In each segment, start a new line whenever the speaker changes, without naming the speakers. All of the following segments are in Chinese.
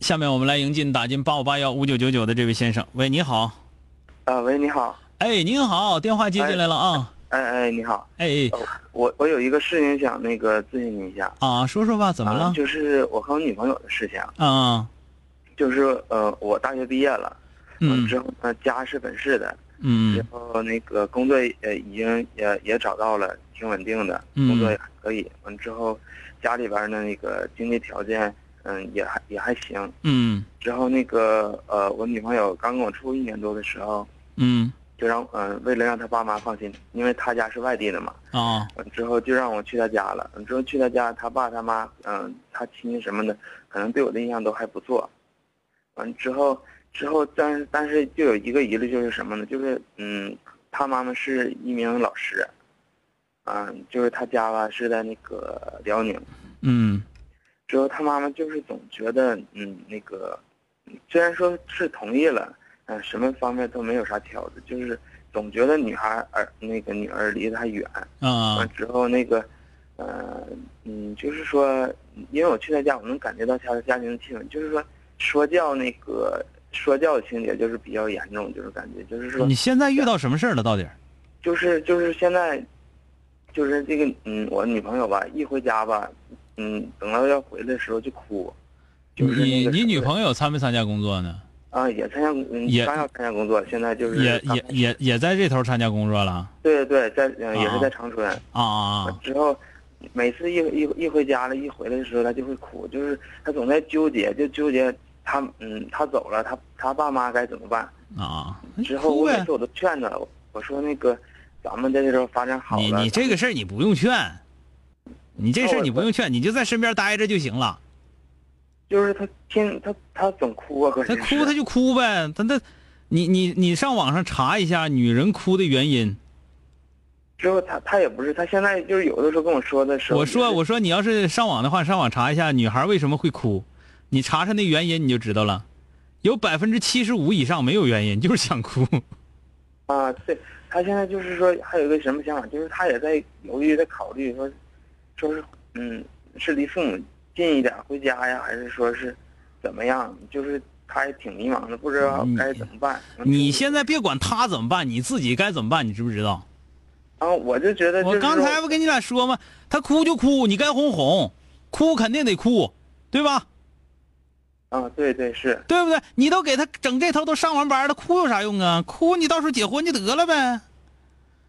下面我们来迎进打进八五八幺五九九九的这位先生。喂，你好。
啊，喂，你好，
哎，您好，电话接进来了啊。
哎哎，你好，
哎
呃我我有一个事情想那个咨询你一下，
啊，说说吧，怎么
啊
了？
就是我和我女朋友的事情，
啊，
就是呃，我大学毕业了，
嗯
之后呃，家是本市的，
嗯
然后那个工作呃已经也也找到了，挺稳定的，
嗯
工作也还可以，完之后家里边呢那个经济条件嗯也还也还行，
嗯
之后那个呃我女朋友刚跟我处一年多的时候，
嗯
就让嗯、呃为了让她爸妈放心，因为她家是外地的嘛。
啊
完嗯之后就让我去他家了。嗯完之后去他家，他爸他妈，嗯、他亲戚什么的，可能对我的印象都还不错。完之后，之后，但是但是就有一个疑虑，就是什么呢？就是嗯，他妈妈是一名老师，嗯、就是他家吧是在那个辽宁。
嗯
之后他妈妈就是总觉得，嗯，那个虽然说是同意了，嗯、什么方面都没有啥挑子，就是总觉得女孩儿呃那个女儿离他远。
啊
完之后那个，呃，嗯，就是说，因为我去他家，我能感觉到他的家庭的气氛，就是说说教那个说教的情节就是比较严重，就是感觉就是说
你，现在遇到什么事儿了？到底？
就是就是现在，就是这个嗯，我女朋友吧，一回家吧，嗯，等到要回来的时候就哭，就是那
你
个
你
什么
女朋友参没参加工作呢？
啊也参加嗯
也
刚要参加工作，现在就是
也
刚
也也也在这头参加工作了
对对，在嗯也
啊
是在长春。
啊啊
之后，每次一一一回家了，一回来的时候，他就会哭，就是他总在纠结，就纠结他嗯，他走了，他他爸妈该怎么办？
啊啊！
之后
哭
我每
呗
次。我都劝他，我说那个，咱们在这时候发展好
你
了，哦
你这个事儿你不用劝，你这事儿你不用劝，你就在身边待着就行了。
就是他天他他总哭啊，可
他
是
哭他就哭呗，他那，你你你上网上查一下女人哭的原因。
之后他他也不是，他现在就是有的时候跟我说的时候，
我说
就是
我说你要是上网的话，上网查一下女孩为什么会哭，你查查那原因你就知道了。有百分之七十五以上没有原因，就是想哭。
啊，对他现在就是说还有一个什么想法，就是他也在犹豫，在考虑说，说是嗯，是离父母近一点回家呀，还是说是怎么样？就是他也挺迷茫的，不知道该怎么办。嗯
你现在别管他怎么办，你自己该怎么办，你知不知道？
然后我就觉得就是
我
说
刚才不跟你俩说吗？他哭就哭，你该哄哄，哭肯定得哭，对吧？
啊，对对是
对不对？你都给他整这头都上完班了，哭有啥用啊？哭你到时候结婚就得了呗。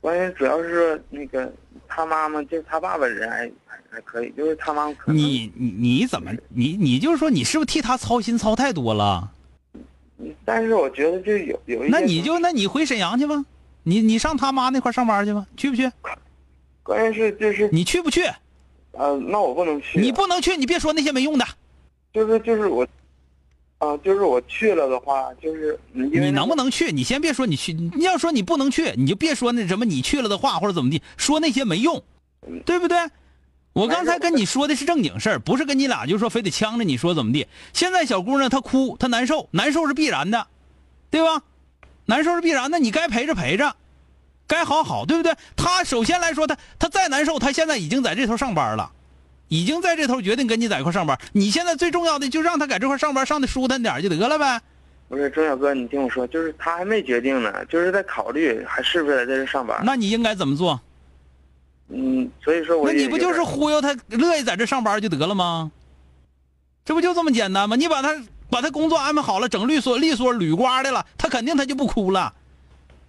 关键主要是说那个他妈妈就是他爸爸人还还还可以，就是他妈妈可能
你你你怎么你你就是说你是不是替他操心操太多了？
但是我觉得就有有一些
那你就那你回沈阳去吧，你你上他妈那块上班去吧，去不去？
关键是就是
你去不去？
呃，那我不能去啊，
你不能去，你别说那些没用的。
就是就是我，啊、就是我去了的话，就是嗯因
你
为那
能
个
不能去？你先别说你去，你要说你不能去，你就别说那什么你去了的话或者怎么地，说那些没用，对不对？我刚才跟你说的是正经事儿，不是跟你俩就说非得呛着你说怎么地。现在小姑娘她哭，她难受，难受是必然的，对吧？难受是必然的，你该陪着陪着，该好好，对不对？她首先来说，她她再难受，她现在已经在这头上班了，已经在这头决定跟你在一块上班。你现在最重要的就让她在这块上班，上的舒坦点儿就得了呗。
不是钟小哥，你听我说，就是他还没决定呢，就是在考虑还是不是在这上班。
那你应该怎么做？
嗯，所以说我
那
也
你不
有
就是
点
忽悠他乐意在这上班就得了吗？这不就这么简单吗？你把他把他工作安排好了，整利索利索捋瓜的了，他肯定他就不哭了。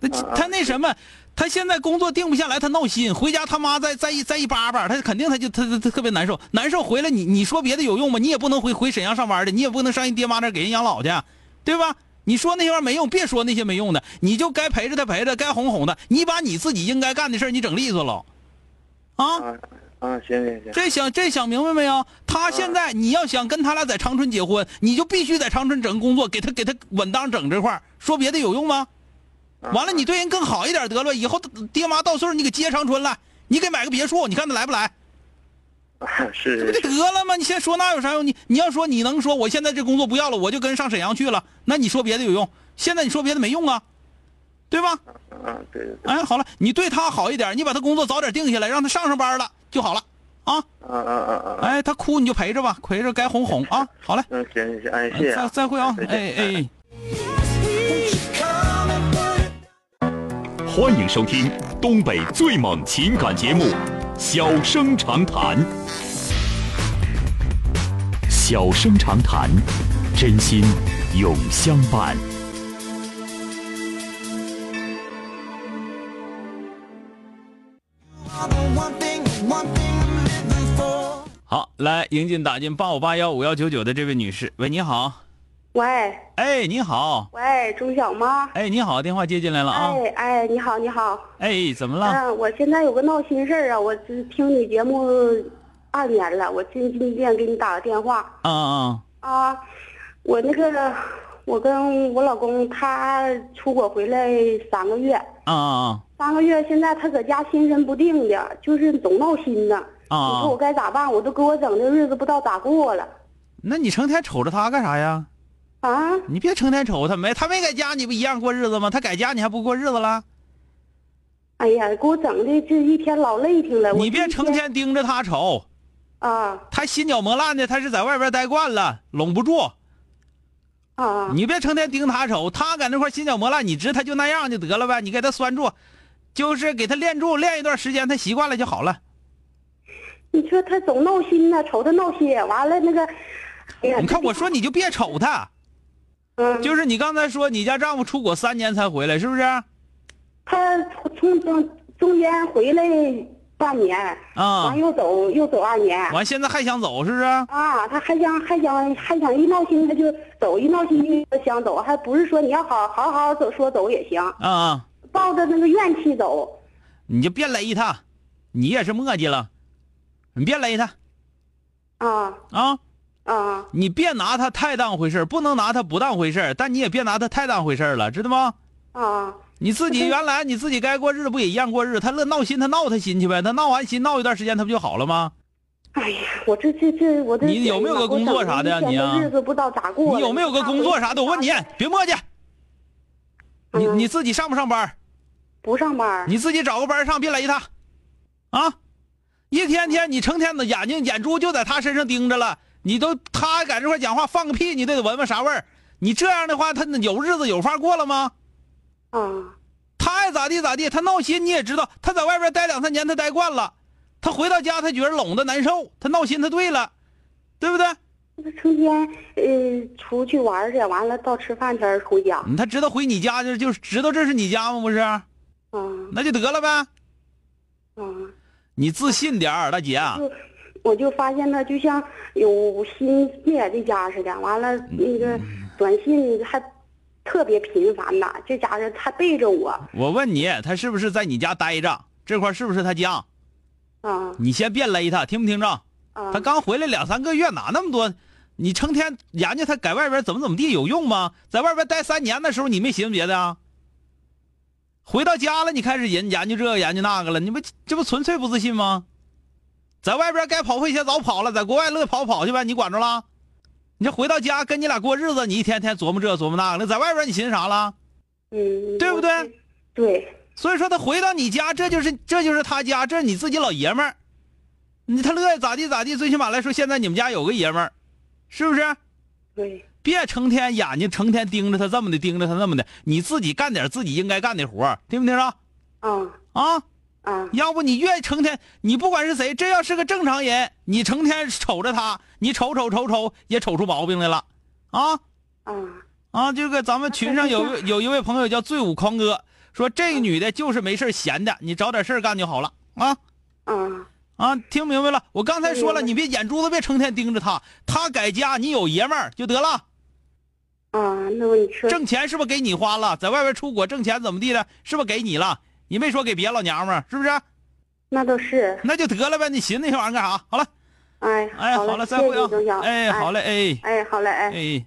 他
啊
他那什么，他现在工作定不下来，他闹心，回家他妈再再一再一叭叭，他肯定他就他他他特别难受，难受回来你你说别的有用吗？你也不能回回沈阳上班的，你也不能上人爹妈那儿给人养老去，对吧？你说那些玩意儿没用，别说那些没用的，你就该陪着他陪着，该哄哄他，你把你自己应该干的事儿你整利索了，啊
啊啊，行行行，
这想这想明白没有？他现在你要想跟他俩在长春结婚，你就必须在长春整工作，给他给他稳当整这块儿说别的有用吗？
啊
完了，你对人更好一点得了。以后爹妈到岁数，你给接长春来，你给买个别墅，你看他来不来？
啊是
这
是
不就是得了吗？你现在说那有啥用？你你要说你能说我现在这工作不要了，我就跟上沈阳去了，那你说别的有用？现在你说别的没用啊，对吧？
啊，对对对，
哎，好了，你对他好一点，你把他工作早点定下来，让他上上班了就好了啊。
啊啊啊啊啊，
哎，他哭你就陪着吧，陪着该哄哄啊。好嘞。
嗯，行行行，哎，谢谢啊、
再再会啊！
再见
哎哎。
欢迎收听东北最猛情感节目《小生长谈》。小生长谈，真心永相伴。
好，来迎进打进八五八幺五幺九九的这位女士，喂，你好，
喂
哎，你好，
喂，钟小猫。
哎，你好，电话接进来了啊，
哎哎，你好，你好。
哎，怎么
嗯、
了？
我现在有个闹心事儿啊，我只听你节目二年了，我进进店给你打个电话
啊啊
啊。我那个，我跟我老公他出国回来三个月，
啊啊
三个月现在他搁家心神不定的，就是总闹心呢。
啊
你说我
啊！
该咋办？我都给我整的日子不知道咋过了
那你成天瞅着他干啥呀？
啊！
你别成天瞅他没，他没在家，你不一样过日子吗？他在家，你还不过日子了？
哎呀，给我整的这一天老累挺哎了。我
你别
这一
成天盯着他瞅，
啊
他心绞磨烂的，他是在外边待惯了，拢不住。
啊！
你别成天盯他瞅，他搁那块心绞磨烂，你知他就那样就得了呗，你给他拴住，就是给他练住，练一段时间，他习惯了就好了。
你说他总闹心呢，瞅他闹心，完了那个，哎呀，
你看我说你就别瞅他，
嗯，
就是你刚才说你家丈夫出国三年才回来，是不是？啊
他从中中间回来半年，完又走又走二年，
啊完现在还想走，是不是？
啊，他还想还想还想一闹心他就走，一闹心就想走，还不是说你要好好好走说走也行，
啊，
抱着那个怨气走，
你就别勒他，你也是磨叽了，你别勒他
啊
啊，
啊
你别拿他太当回事儿不能拿他不当回事儿但你也别拿他太当回事儿了，知道吗？
啊
你自己原来你自己该过日子不也一样过日子？他乐闹心，他闹他心去呗，他闹完心闹一段时间，他不就好了吗？
哎呀，我这这这，我这
你有没有个工作啥的呀
我整
你啊
一天的日子不知道咋过了。
你有没有个工作啥的？我问你，别磨叽。你
嗯
你自己上不上班？
不上班，
你自己找个班上，别勒他，啊！一天天你成天的眼睛眼珠就在他身上盯着了，你都他在这块讲话放个屁，你都得闻闻啥味儿。你这样的话，他有日子有法过了吗？
啊
他爱咋地咋地，他闹心你也知道，他在外边待两三年，他待惯了，他回到家他觉得拢的难受，他闹心，他对了，对不对？
就是成天呃出去玩儿去，完了到吃饭前儿啊回家。
嗯他知道回你家就就是知道这是你家吗？不是，
嗯
那就得了呗。
嗯，
你自信点儿，大姐。啊
就我就发现他就像有心没在这家似的，完了那个
嗯
短信还特别频繁的，这家伙还背着我
我问你，他是不是在你家待着？这块儿是不是他家？
啊
你先别勒他，听不听着？
啊
他刚回来两三个月，哪那么多？你成天研究他在外边怎么怎么地有用吗？在外边待三年的时候，你没寻思别的啊？回到家了，你开始研研究这个研究那个了，你不这不纯粹不自信吗？在外边该跑会些早跑了，在国外乐跑跑去呗，你管着了？你这回到家跟你俩过日子，你一天天琢磨这琢磨那个了，在外边你寻思啥了？
嗯，
对不对
我是？对，
所以说他回到你家，这就是这就是他家，这是你自己老爷们儿，你他乐意咋地咋地，最起码来说，现在你们家有个爷们儿，是不是？
对，
别成天眼睛成天盯着他这么的，盯着他那么的，你自己干点自己应该干的活儿，听不听着
啊
啊？
啊
要不你越成天，你不管是谁，这要是个正常人，你成天瞅着他，你瞅瞅瞅瞅也瞅出毛病来了啊！
啊，
啊，这个咱们群上有位有一位朋友叫醉舞狂哥，说这女的就是没事儿闲的，你找点事儿干就好了啊
啊，
啊！听明白了，我刚才说了，
嗯
你别眼珠子别成天盯着她，她改嫁你有爷们儿就得了，
啊，那我你说，
挣钱是不是给你花了？在外边出国挣钱怎么地的，是不是给你了？你没说给别老娘们儿，是不是？
那都是，
那就得了呗，你寻思那玩意儿干啥？好了，
哎，
哎，好了，
了，
再
谢
会
谢你周
啊
晓，，
哎，好，嘞，哎。
哎，好嘞，哎。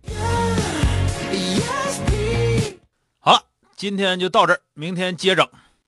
哎，好了，今天就到这儿，明天接整。